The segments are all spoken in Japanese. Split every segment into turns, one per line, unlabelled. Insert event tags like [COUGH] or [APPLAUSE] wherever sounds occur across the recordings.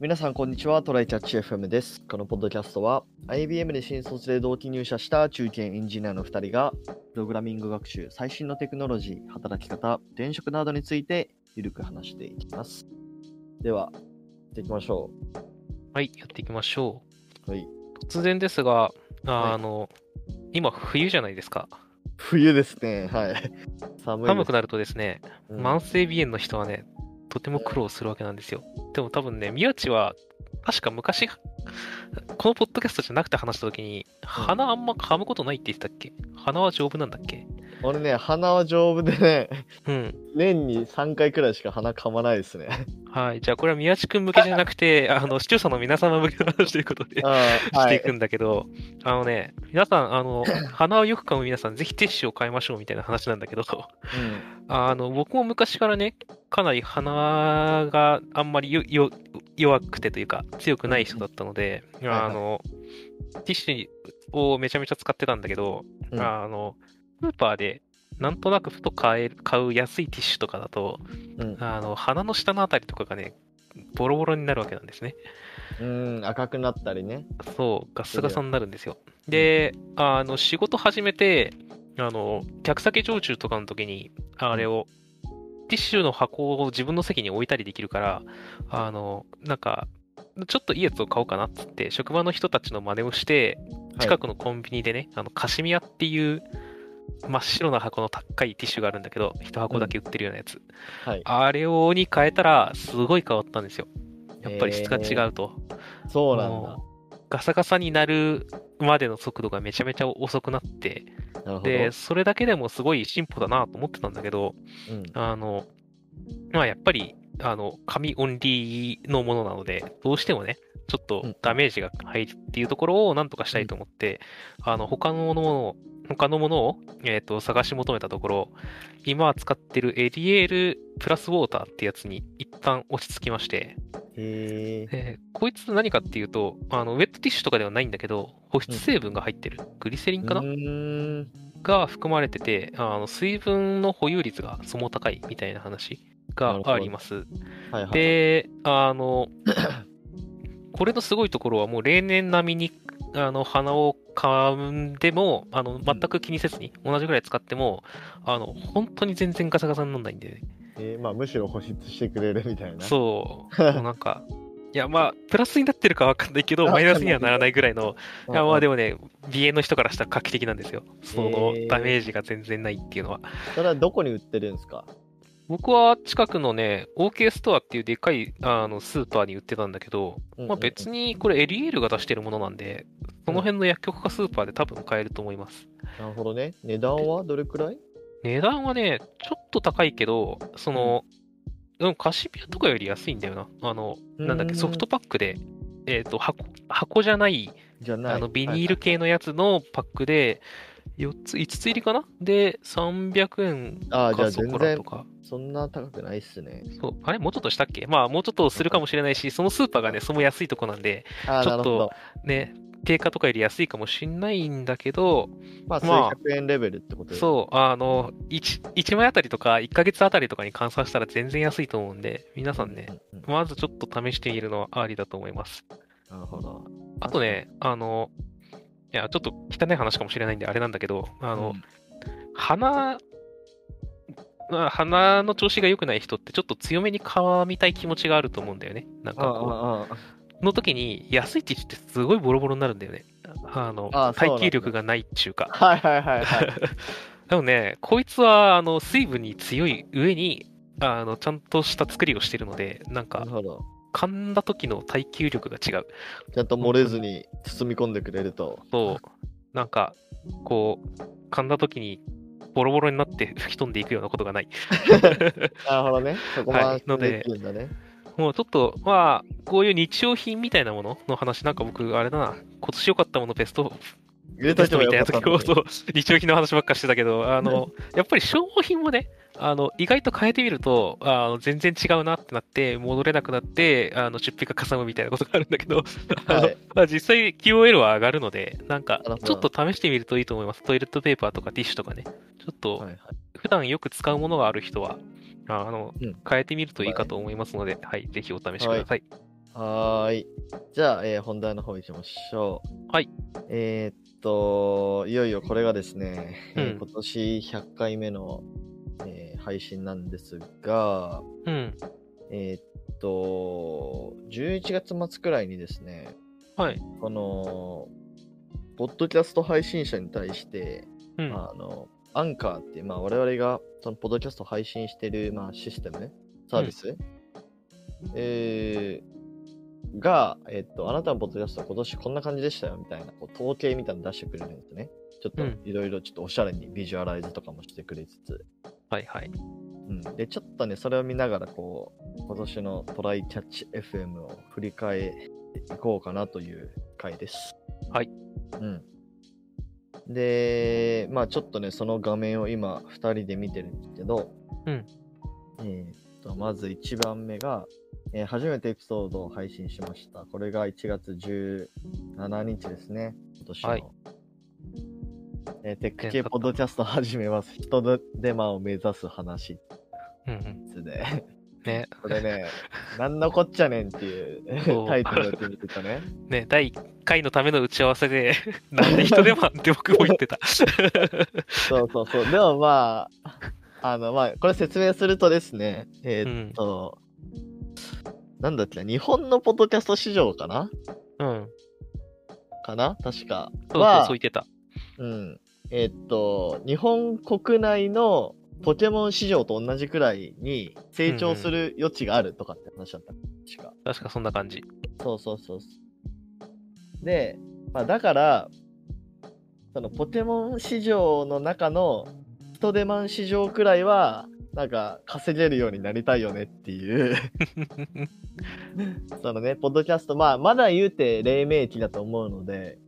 皆さん、こんにちは。トライキャッチ FM です。このポッドキャストは、IBM で新卒で同期入社した中堅エンジニアの2人が、プログラミング学習、最新のテクノロジー、働き方、転職などについて、ゆるく話していきます。では、やっていきましょ
はい、やっていきましょ
う。はい。
う。突然ですが、
はい
あの、今冬じゃないですか。
冬ですね。はい。寒いです。
寒くなるとですね、
うん
慢性鼻炎の人はね、とても苦労するわけなんですよ。でも多分ね、宮地は、確か昔、このポッドキャストじゃなくて話した時に、鼻あんま噛むことないって言ってたっけ鼻は丈夫なんだっけ
俺ね、鼻は丈夫でね、
うん。
年に3回くらいしか鼻噛まないですね。
はい。じゃあこれは宮地くん向けじゃなくて、あの、視聴者の皆様向けの話ということで。
あー
し
[LAUGHS] は
て
い
いくんだけど、あのね、皆さん、
[LAUGHS]
あの、鼻をよく噛む皆さん、ぜひティッシュを買いましょうみたいな話なんだけど、あの、僕も昔からね、かなり鼻があんまりよよ弱くてというか、強くない人だったので、
はいはい
あの、ティッシュをめちゃめちゃ使ってたんだけど、
うん
あの、スーパーで、なんとなくふと買える買う安いティッシュとかだと、
うん
あの鼻の下のあたりとかがね、ボロボロになるわけなんですね。
うん。うん、赤くなったりね。
そう、ガッサガサになるんですよ。で、あの、仕事始めて、あの、客先常駐とかの時に、あれを、ティッシュの箱を自分の席に置いたりできるから、あの、なんか、ちょっといいやつを買おうかなっつって、職場の人たちの真似をして、
はい
近くのコンビニでね、あの、カシミヤっていう、真っ白な箱の高いティッシュがあるんだけど、一箱だけ売ってるようなやつ。
はい。
あれをに変えたら、すごい変わったんですよ。やっぱり質が違うと。
そうなんだ
も。うガサガサになるまでの速度がめちゃめちゃ遅くなって、
なるほど。
で、それだけでもすごい進歩だなと思ってたんだけど、
うん、
あの、まあやっぱり、あの、紙オンリーのものなので、どうしてもね、ちょっ
う
と
ん
ダメージが入るっていうところをなんとかしたいと思って、あの、他のものを、他のものを、えっ、と、探し求めたところ、今使ってるエリエールプラスウォーターってやつに一旦落ち着きまして、
へえ。
えーこいつ何かっていうとあのウェットティッシュとかではないんだけど保湿成分が入ってる、グリセリンかな、
うーん
が含まれててあの水分の保有率がそも高いみたいな話
な
が
るほど
あります
はいはい。
であの [CLEARS THROAT] これのすごいところはもう例年並みにあの鼻を噛んでもあの全く気にせずに同じぐらい使ってもあの本当に全然ガサガサにならないんで、ね、
えーまあ、むしろ保湿してくれるみたいな。う。
そう。もうなんか、いや、まあ、プラスになってるかわかんないけど、
あ
マイナスにはならないぐらいの、いや、まあで
も。
もね、鼻炎の人からしたら画期的なんですよ。その
へー
ダメージが全然ないっていうのは。
それはどこに売ってるんですか
僕は近くのね、OK ストアっていうでっかいあのスーパーに売ってたんだけど、まあ別
に。
にこれエリエールが出してるものなんで、その辺の薬局かスーパーで多分買えると思います。
なるほどね。値段はどれくらい
値段はね、ちょっと高いけど、その、うん、カシビアとかより安いんだよな。あの、なんだっ
う
け、
ーん
ソフトパックで、えっ、と箱、箱じゃない、
じゃない。
あの、ビニー
ル。
ル系のやつのパックで、4つ、5つ入りかなで、300円
ああ、じゃあ
かそ
全
こら
然
と、か。
そんな高くないっすね。
そう。あれもうちょっとしたっけまあ、もうちょっとするかもしれないし、そのスーパーがね、その安いとこなんで、
ああ、
ち
な
ょ
る
っ
ほど
と。ね、定価とかより安いかもしんないんだけど、
まあ、数
まあ
百円レベルってことう。
そう、あの、1, 1枚あたりとか、1ヶ月あたりとかに換算したら全然安いと思うんで、皆さんね、
うんうん。
まずちょっと試してみるのはありだと思います。
なるほど。
あとね、あの、いや、ちょっと汚い話かもしれないんで、あれなんだけど、あ
あ
の、、鼻、まあ、鼻の調子が良くない人って、ちょっと強めに噛みたい気持ちがあると思うんだよね。な
あ
んかこ
あ、ああ。
う、の時に、安いティッシュってすごいボロボロになるんだよね。あの
あ、そうなんだ
耐久力がないっていうか。
はいはいはいはい。
でもね、こいつは、あの、水分に強い上に、あの、ちゃんとした作りをしてるので、なん
な
か
る、ほど。
噛んだ時の耐久力が違う。
ちゃんと漏れずに包み込んでくれると。
そう、なんか、こう、噛んだ時に、ボロボロになって吹き飛んでいくようなことがない。
なるほどね。そこ
は
ま
いの
で
で
できるんだね。
もうちょっと、まあ、こういう日用品みたいなものの話、なんか僕、あれだな、今年良かったものベスト、
入れと
ベ
い
ス
ても
トみ
よ
たい
か
な
った
時
の
こ
に
と、日用品の話ばっかしてたけど、あの、やっぱり消耗品もね、あの、意外と変えてみると、あの、全然違うなってなって、戻れなくなって、あの、出費がかさむみたいなことがあるんだけど、あの
はい
まあ、実際 QOL は上がるので、なんか
なるほど
ちょっと試してみるといいと思います。トイレットペーパーとかティッシュとかね。ちょっと
はいはい
普段よく使うものがある人は、ああの
うん、
変えてみるといいかと思いますので、はい、ぜひお試しください。
はーい。じゃあ、えー本題の方行きましょう。
はい。
えーっと、いよいよこれがですね、えー
うん
今年100回目の、えー配信なんですが、
うん。
えーっと、11月末くらいにですね、
はい。
この、ポッドキャスト配信者に対して、
うん。
あの、アンカーっていう、まあ、我々がそのポッドキャストを配信してる、まあ、システム、サービス、えーが、えっと、あなたのポッドキャストは今年こんな感じでしたよみたいな、こう統計みたいなの出してくれるんですね。ちょっと
うん
いろいろちょっとおしゃれにビジュアライズとかもしてくれつつ、
はいはい。
うん、でちょっとねそれを見ながらこう今年のトライキャッチ FM を振り返っていこうかなという回です
はい、
うん、でまあちょっとねその画面を今2人で見てるんですけど、
うん
えーっとまず1番目が、えー初めてエピソードを配信しましたこれが1月17日ですね今年の、
はい
えーテック系ポッドキャスト始めます人のデマを目指す話
うんうん。
ですね。
ね。
これ
[LAUGHS]
ね、なんのこっちゃねんってい [LAUGHS]
そうう
タイトルを決めてたね。
[LAUGHS] ね、第1回のための打ち合わせで、 [LAUGHS] なんで人でもって僕も言ってた。
そうそうそう。でもまあ、あのまあ、これ説明するとですね、 [LAUGHS] え
う
ーっ
ん。
と、なんだっけな、日本のポッドキャスト市場かな
うん。
かな確か。
そうそう、
は
そう言ってた。
うん。えーっと、日本国内のポケモン市場と同じくらいに成長する余地があるとかって話だった。確か。
確かそんな感じ。
そうそうそうそう。で、まあ、だから、そのポケモン市場の中の人手マン市場くらいは、なんか稼げるようになりたいよねって [LAUGHS] いう、そのね、ポッドキャスト、まあ、まだ言うて黎明期だと思うので、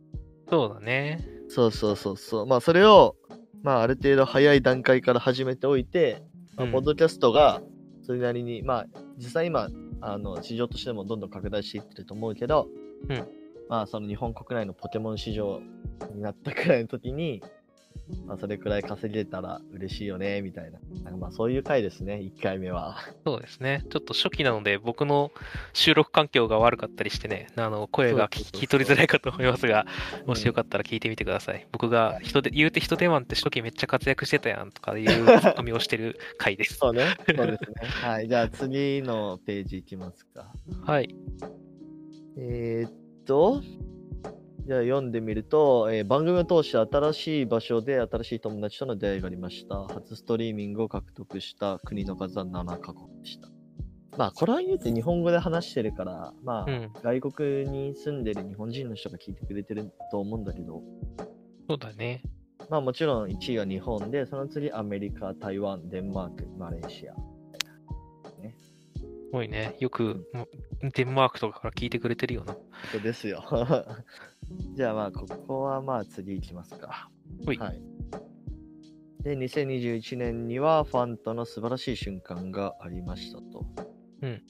そうだね。
そうそうそうそう、まあ、それを、まあ、ある程度早い段階から始めておいて、まあ
うん
ポッドキャストがそれなりに、まあ実際今あの市場としてもどんどん拡大していってると思うけど、
うん
まあその日本国内のポケモン市場になったくらいの時に、まあ、それくらい稼げたら嬉しいよねみたいななんかまあそういう回ですね1回目は
そうですね。ちょっと初期なので、僕の収録環境が悪かったりしてね、あの声が
そうそうそうそう
聞き取りづらいかと思いますが、も
う
し
ん
よかったら聞いてみてください。僕が人で、言うて人手マンって初期めっちゃ活躍してたやんとかいうツ [LAUGHS] ッコミをしてる回です。
そうね [LAUGHS] そうですねはいじゃあ次のページいきますか
はい。
えーっと、じゃあ読んでみると、えー番組を通して新しい場所で新しい友達との出会いがありました。初ストリーミングを獲得した国の数は7カ国でした。まあ、これは言うて日本語で話してるから、まあ、
うん。
外国に住んでる日本人の人が聞いてくれてると思うんだけど、
そうだね。
まあもちろん1位は日本で、その次アメリカ、台湾、デンマーク、マレーシア。
すごいね。よく、デンマークとかから聞いてくれてるよな。
そうですよ。 [LAUGHS] じゃあまあ、ここはまあ次行きますか。
ほい
はい。で、2021年にはファンとの素晴らしい瞬間がありましたと。
うん。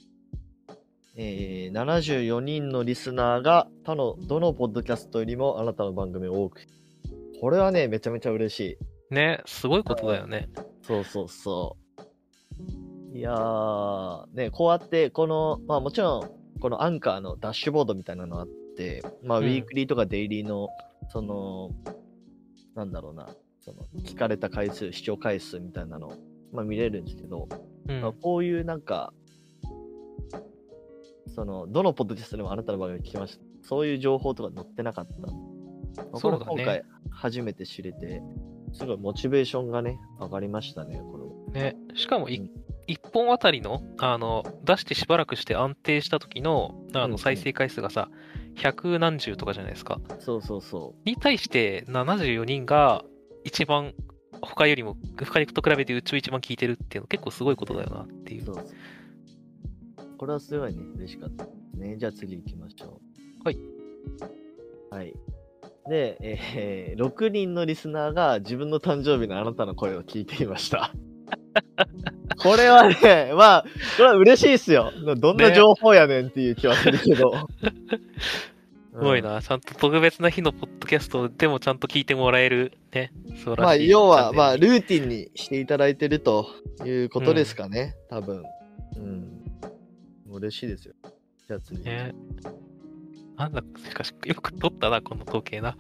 えー、74人のリスナーが他のどのポッドキャストよりもあなたの番組を多く。これはね、めちゃめちゃ嬉しい。
ね、すごいことだよね。
そうそうそう。いやー、ね、こうやって、この、まあもちろん、このアンカーのダッシュボードみたいなのあって、まあ、ウ
うん
ィークリーとかデイリーの、その、なんだろうな、その、聞かれた回数、視聴回数みたいなの、まあ見れるんですけど、
う
まあ
ん。
こういうなんか、その、どのポッドキャストでもあなたの番組聞きました。そういう情報とか載ってなかった。まあ
そうだね
これ今回初めて知れて、すごいモチベーションがね、上がりましたね、これも。
ね、しかも
う
い
ん
一本あたりのあの出してしばらくして安定した時のあ
うんうん
の再生回数がさ百何十とかじゃないですか
そうそうそ。
に対して74人が一番他よりも他と比べてうちを一番聞いてるっていうの結構すごいことだよなっていうう
そうそうこれはすごいね、嬉しかったですね。じゃあ次行きましょう。
はい。
はい。で、えー6人のリスナーが自分の誕生日のあなたの声を聞いていま
[LAUGHS]
した。これはね、まあ、これは嬉しいですよ。どんな
ね
情報やねんっていう気はするけ [LAUGHS] ど。
すごいな、ちゃんと特別な日のポッドキャストでもちゃんと聞いてもらえるね素晴らしい
まあ、要は、まあ、
チャンネル
ルーティンにしていただいてるということですかね、多分。うん。嬉しいですよ。じゃあ次。
ね。なんだ、しかし、よく取ったな、この統計な。
は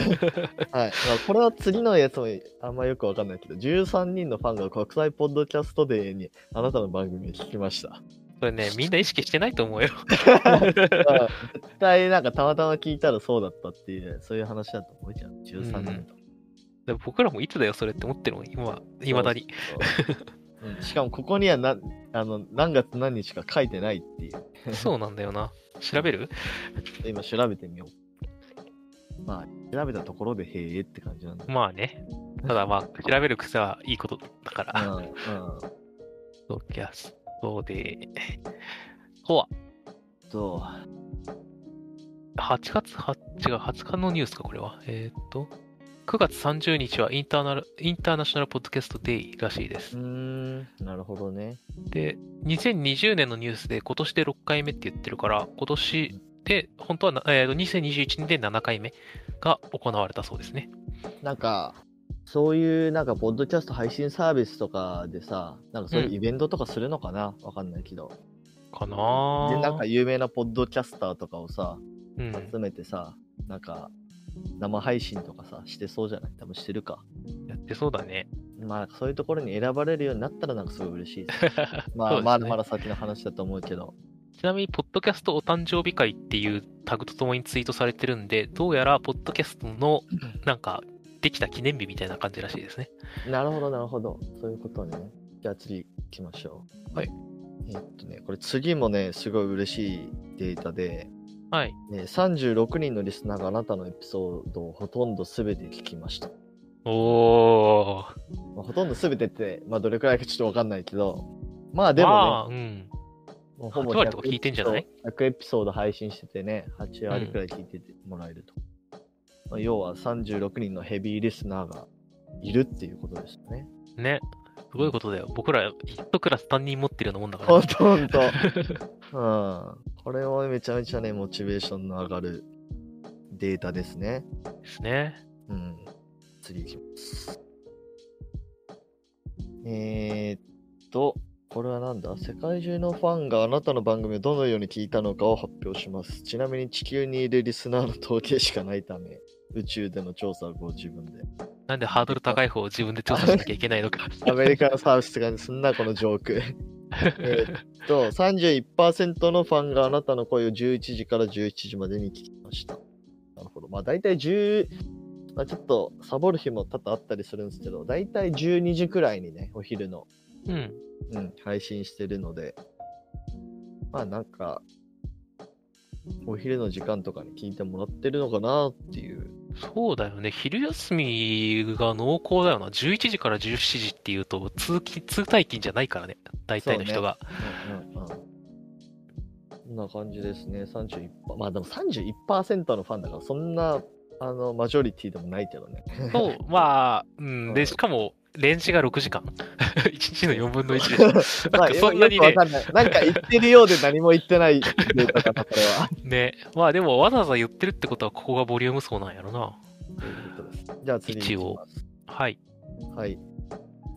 い。まあ、これは次のやつもあんまよくわかんないけど、13人のファンが国際ポッドキャストデーにあなたの番組を聞きました。
こ
[LAUGHS]
れね、みんな意識してないと思うよ。
だから絶対なんかたまたま聞いたらそうだったっていう、そういう話だと思うじゃん。13人と。
でも僕らもいつだよ、それって思ってるの、今、いまだに。
そうそうそう。うんしかもここにはなあの何月何日か書いてないっていう。
そうなんだよな。調べる
今調べてみよう。まあ、調べたところでへえって感じなんだ。
まあね。ただまあ、調べる癖はいいことだから。
うん、うん。
ポッドキャストで、とは、
そう。
8月8、違う、20日のニュースか、これは。えーっと、9月30日はインターナルインターナショナルポッドキャストデイらしいで
う
す
ー。ん、なるほどね。
で、2020年のニュースで今年で6回目って言ってるから、今年で、本当はな、えーと2021年で7回目が行われたそうですね。
なんか、そういうなんか、ポッドキャスト配信サービスとかでさ、なんかそういうイベントとかするのかな、わかんないけど。
かな
で、なんか
ぁ。
有名なポッドキャスターとかをさ、
うん、
集めてさ、なんか、生配信とかさ、してそうじゃない多分してるか。
やってそうだね。
まあ、そういうところに選ばれるようになったら、なんかすごい嬉しい
[LAUGHS]
ですまあ、
そうですね
まだまだ先の話だと思うけど。
ちなみに、ポッドキャストお誕生日会っていうタグとともにツイートされてるんで、どうやら、ポッドキャストの、なんか、できた記念日みたいな感じらしいですね。
なるほど、なるほど。そういうことね。じゃあ次行きましょう。
はい。
えっとね、これ次もね、すごい嬉しいデータで、
はい。
ね、36人のリスナーがあなたのエピソードをほとんど全て聞きました。
おー。
まあ、ほとんど全てって、まあ、どれくらいかちょっとわかんないけど、まあでも
まあ、うん。
ね、もう
8割とか聞いてんじゃない
100エピソード配信しててね、8割くらい聞いててもらえると。まあ、要は36人のヘビーリスナーがいるっていうことですよね。
ね。すごいことだよ。僕ら、一クラス担任持ってるようなもんだから
ほ。とん
[LAUGHS]
ど。うん。これはめちゃめちゃね、モチベーションの上がるデータですね。
ですね。
うん。次いきます。えー、っと、これはなんだ世界中のファンがあなたの番組をどのように聞いたのかを発表します。ちなみに地球にいるリスナーの統計しかないため、宇宙での調査はご自分で。
なんでハードル高い方を自分で調査しなきゃいけないのか。
アメリカのサービスがすんな、このジョーク。えーっと、31%のファンがあなたの声を11時から17時までに聞きました。なるほど。まあ大体10、まあ、ちょっとサボる日も多々あったりするんですけど、大体12時くらいにね、お昼の、
[LAUGHS] うん。
うん、配信してるので、まあなんか、お昼の時間とかに聞いてもらってるのかなっていう。
そうだよね。昼休みが濃厚だよな。11時から17時っていうと、通勤、通退勤じゃないからね。大体の人が。
うんうんうん。こんな感じですね。31%。まあでも31%のファンだから、そんな、あの、マジョリティでもないけどね。 [LAUGHS]
そうまあ、うん。
う
で、
ん
しかも、レンジが6時間。1日の4分の1
[LAUGHS]
で。
まあ、
なんか
よ
そんなに
よ
ね
く、わかんない。なんか言ってるようで何も言ってないデータかな、これ
[LAUGHS]
は。
ね。まあでも、わざわざ言ってるってことは、ここがボリューム層なんやろな。
ということです。じゃあ次いきます。
はい。
はい。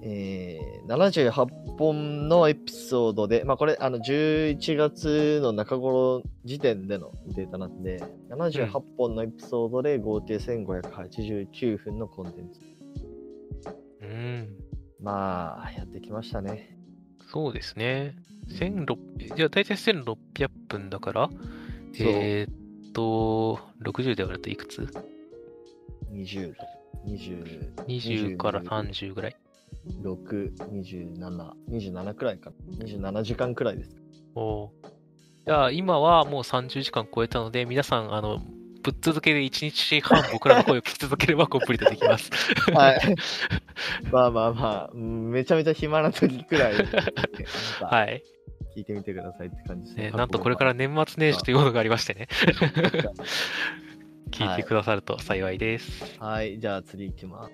えー、78本のエピソードで、まあこれ、あの、11月の中頃時点でのデータなんで、78本のエピソードで合計1589分のコンテンツ。
うん。
まあ、やってきましたね。
そうですね。1600、じゃあ大体1600分だから、
そう
えーっと、60で割るといくつ
20、26、
?20 から
20
30ぐらい。
27、27くらいかな。27時間くらいです。
おーじゃあ今はもう30時間超えたので、皆さん、あの、ぶっ続けで1日半僕らの声を聞き続ければコンプリートできます。
はい。まあまあまあ、うんめちゃめちゃ暇な時く
[LAUGHS]
らい、なんか
[LAUGHS] はい。
聞いてみてくださいって感じです
ね、なんとこれから年末年始というものがありま [LAUGHS] してね。聞いてくださると幸いです。
はい、じゃあ次行きます。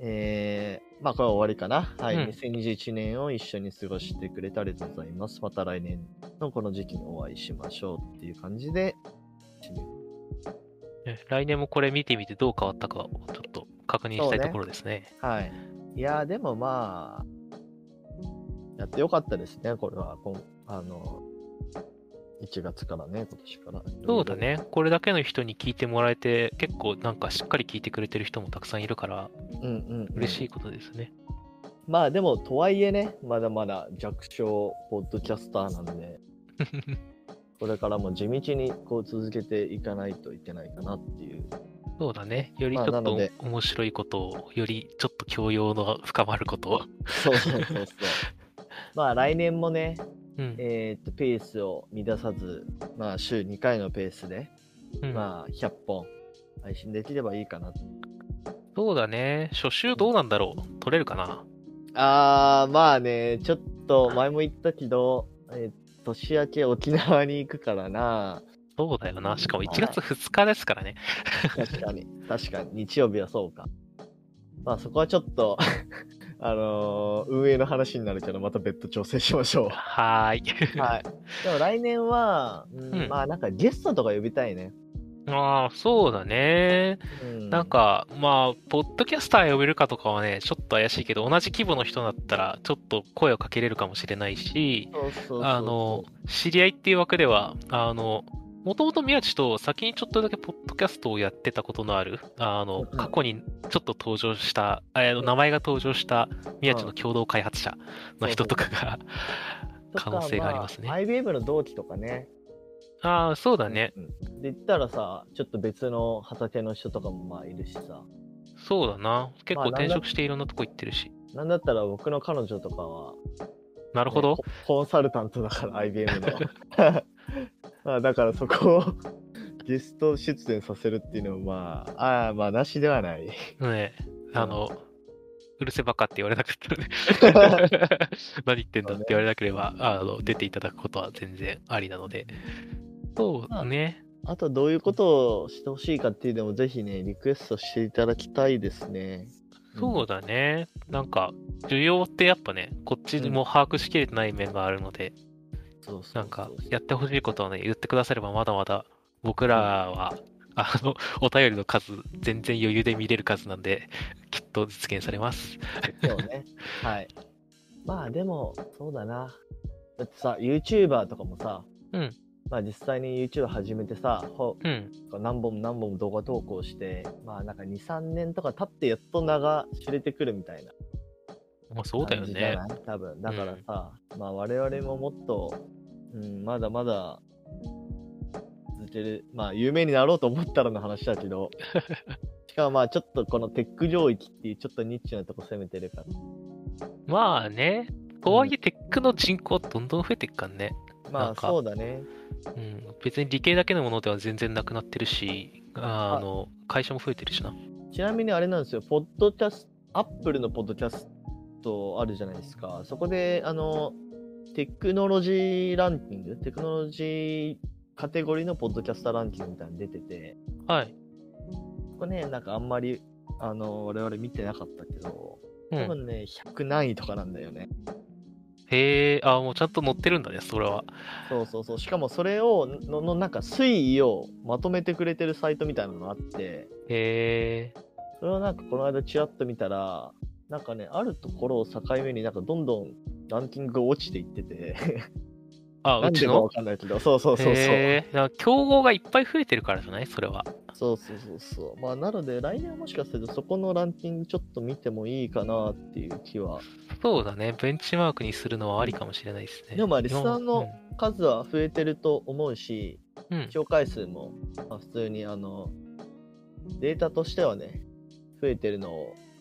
えー、まあこれは終わりかな。はい、
うん
2021年を一緒に過ごしてくれてありがとうございます。また来年のこの時期にお会いしましょうっていう感じで、締め
ね来年もこれ見てみてどう変わったかをちょっと確認したいところですね。
はい。いやー、でもまあ、やってよかったですね、これは。こんあの、 1月からね、今年から。
そうだ。ね。これだけの人に聞いてもらえて、結構なんかしっかり聞いてくれてる人もたくさんいるから、
うんうん、
嬉し
い。
いことですね。
まあでも、とはいえね、まだまだ弱小ポッドキャスターなんで、これからも地道にこう続けていかないといけないかなって
[LAUGHS]
いう。
そうだね。よりち
まあ
ょっ
なの
と
で
面白いことを、よりちょっと教養の深まることを。
そうそうそうそう。まあ来年もね、
うん。
えーっと、ペースを乱さず、まあ週2回のペースで、
うん
まあ100本配信できればいいかな。
そうだね。初週どうなんだろう取れるかな
あー、まあね、ちょっと前も言ったけど、えー年明け沖縄に行くからな。
そうだよな。しかも1月2日ですからね。
確か
[LAUGHS]
に、確かに、日曜日はそうか。まあそこはちょっと、 [LAUGHS] あのー運営の話になるけど、また別途調整しましょ
はーい。
う。はい。でも来年は、うん
うん
まあなんかゲストとか呼びたいね。
[LAUGHS] ああ、そうだね。
うん
なん、か、まあ、ポッドキャスター呼べるかとかはね、ちょっと怪しいけど、同じ規模の人だったら、ちょっと声をかけれるかもしれないし、
そうそうそう
あの、知り合いっていう枠では、あの、もともと宮地と先にちょっとだけポッドキャストをやってたことのある、あの、
うん
過去にちょっと登場した、えー名前が登場した宮地の共同開発者の人とかが、可能性がありますね
とかあ IBM の同期とかね。
[LAUGHS] ああ、そうだね。
うん。で、言ったらさ、ちょっと別の畑の人とかもまあいるしさ。
そうだな。結構
まあなん
転
だ
職していろんなとこ行ってるし。
なんだったら僕の彼女とかは、
なるほど
ね。ココンサルタントだ
[LAUGHS]
から IBM の [LAUGHS] まあだからそこを [LAUGHS] ゲスト出演させるっていうのはまあああまあなしではない
ねあの、うるせばかって言われなかったね。
[LAUGHS]
何言ってんだって言われなければ、あの、出ていただくことは全然ありなので。そうだね。
あとどういうことをしてほしいかっていうのもぜひねリクエストしていただきたいですね
そうだね。なんか、需要ってやっぱね、こっちも把握しきれてない面があるので、
そうそうそう
なんか、やってほしいことをね、言ってくだされば、まだまだ僕らは、あの、お便りの数、全然余裕で見れる数なんで、きっと実現されます。
そうねはいまあでもそうだなだってさ YouTuber とかもさ
うん
まあ実際に YouTube 始めてさほ
うん。
何本も何本も動画投稿してまあなんか23年とか経ってやっと名が知れてくるみたいな
まあ、そうだよ
感じじゃ
ね。
ない多分だからさ、まあ我々ももっと、うん、まだまだ続けるまあ有名になろうと思ったらの話だけ
[LAUGHS]
どしかもまあちょっとこのテック領域っていうちょっとニッチなとこ攻めてるから
まあね、とはいえ、テックの人口はどんどん増えていくからね。な
ま
ん
あ
か
そうだね
うん。別に理系だけのものでは全然なくなってるし、あ
あ
の、会社も増えてるしな。
ちなみにあれなんですよポッドキャスアップルのポッドキャストあるじゃないですかそこであのテクノロジーランキングテクノロジーカテゴリーのポッドキャスターランキングみたいなの出てて、
はい。
ここね、なんかあんまり、あの、我々見てなかったけど、
う
多
ん。
分ね、100何位とかなんだよね。
へえ、あ、もうちゃんと載ってるんだね、それは。
そうそうそう。しかもそれを、の、のなんか推移をまとめてくれてるサイトみたいなのがあって、
へえ、
それをなんかこの間チラッと見たら、なんかね、あるところを境目になんかどんどんランキングが落ちていってて、
あ、
な
うんち
でかわ
の
かんないけど、そうそうそうそう。
へえ、なんか競合がいっぱい増えてるからじゃないそれは。
そうそうそうそう。まあ、なので来年はもしかするとそこのランキングちょっと見てもいいかなっていう気は
そうだね、ベンチマークにするのはありかもしれないですね。
でもまあリスナーの数は増えてると思うし、
うん、うん
視聴回数も、まあ、普通にあのデータとしてはね増えてるの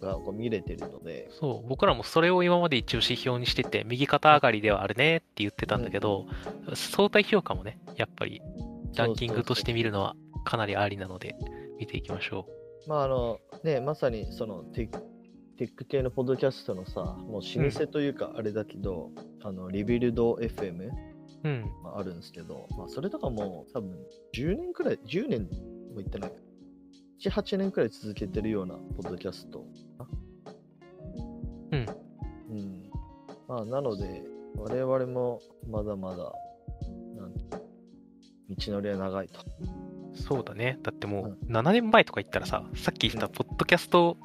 がこう見れてるので
そう、僕らもそれを今まで一応指標にしてて、右肩上がりではあるねって言ってたんだけど、相対評価もね、やっぱりランキングとして見るのはかなりありなので、見ていきましょ
まああのねまさにそのテックテック系のポッドキャストのさもう老舗というかあれだけど、あのリビルド FM
う。うん。
まああるんですけど、まあ、それとかもう多分10年くらい10年もいってない78年くらい続けてるようなポッドキャストかなうんまあなので我々もまだまだなん道のりは長いと
そうだね。だってもう7年前とか言ったらさ、さっき言ったポッドキャスト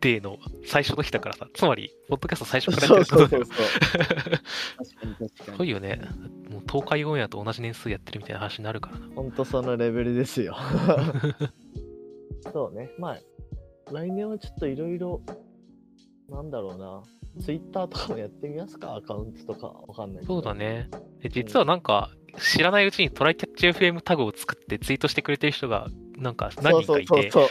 デーの最初の日だからさ、つまり、ポッドキャスト最初からやってるってことだよ。
確かに確か
すご
に
いよね。もう東海オンエアと同じ年数やってるみたいな話になるからな。
ほんとそのレベルですよ。そうね、まあ、来年はちょっといろいろ、なんだろうな、ツイッターとかもやってみますか、アカウントとかわかんないけど。
そうだ。ね。え実はなんか、知らないうちにトライキャッチ FM タグを作ってツイートしてくれてる人が、なんか
そう
何人
そ
か
う
い
そう
て、
そう。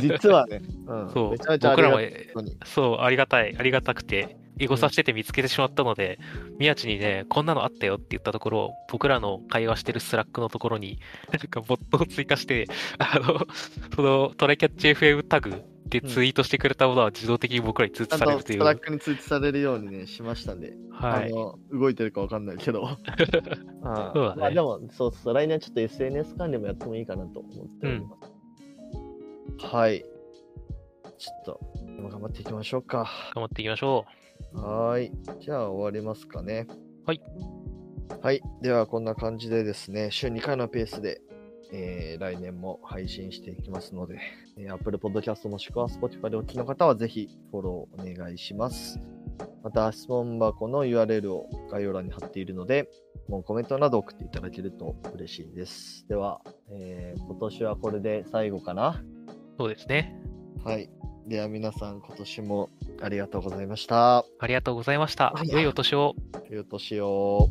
実はね、うん、
そう
めちゃめちゃありがたいことに。
そう、ありがたい、ありがたくて、エゴサしてて見つけてしまったので、宮地にね、こんなのあったよって言ったところ、僕らの会話してるスラックのところに、なんかボットを追加して、あの、そのトライキャッチ FM タグでツイートしてくれたものは自動的に僕らに通
ちゃ
知
ん
される
と
とい
ト
う。
ラックに通知されるようにね、しましたんで、
は
あ
い。
の動いてるかわかんないけ [LAUGHS] ど。あ
そうだね
まあでも、そうそう、来年はちょっと SNS 関連もやってもいいかなと思っております。はい。ちょっと、今頑張っていきましょうか。
頑張っていきましょ
はーい。じゃあ終わりますかね。
はい。
はい。ではこんな感じでですね、週2回のペースで、えー来年も配信していきますので、えー Apple Podcast もしくは Spotify でお聞きの方はぜひフォローお願いします。また質問箱の URL を概要欄に貼っているので、もうコメントなど送っていただけると嬉しいです。では、えー今年はこれで最後かな。
う。そうですね。
はい。では皆さん今年もありがとうございました。
ありがとうございました
は。い
良いお年を。
良いお年を。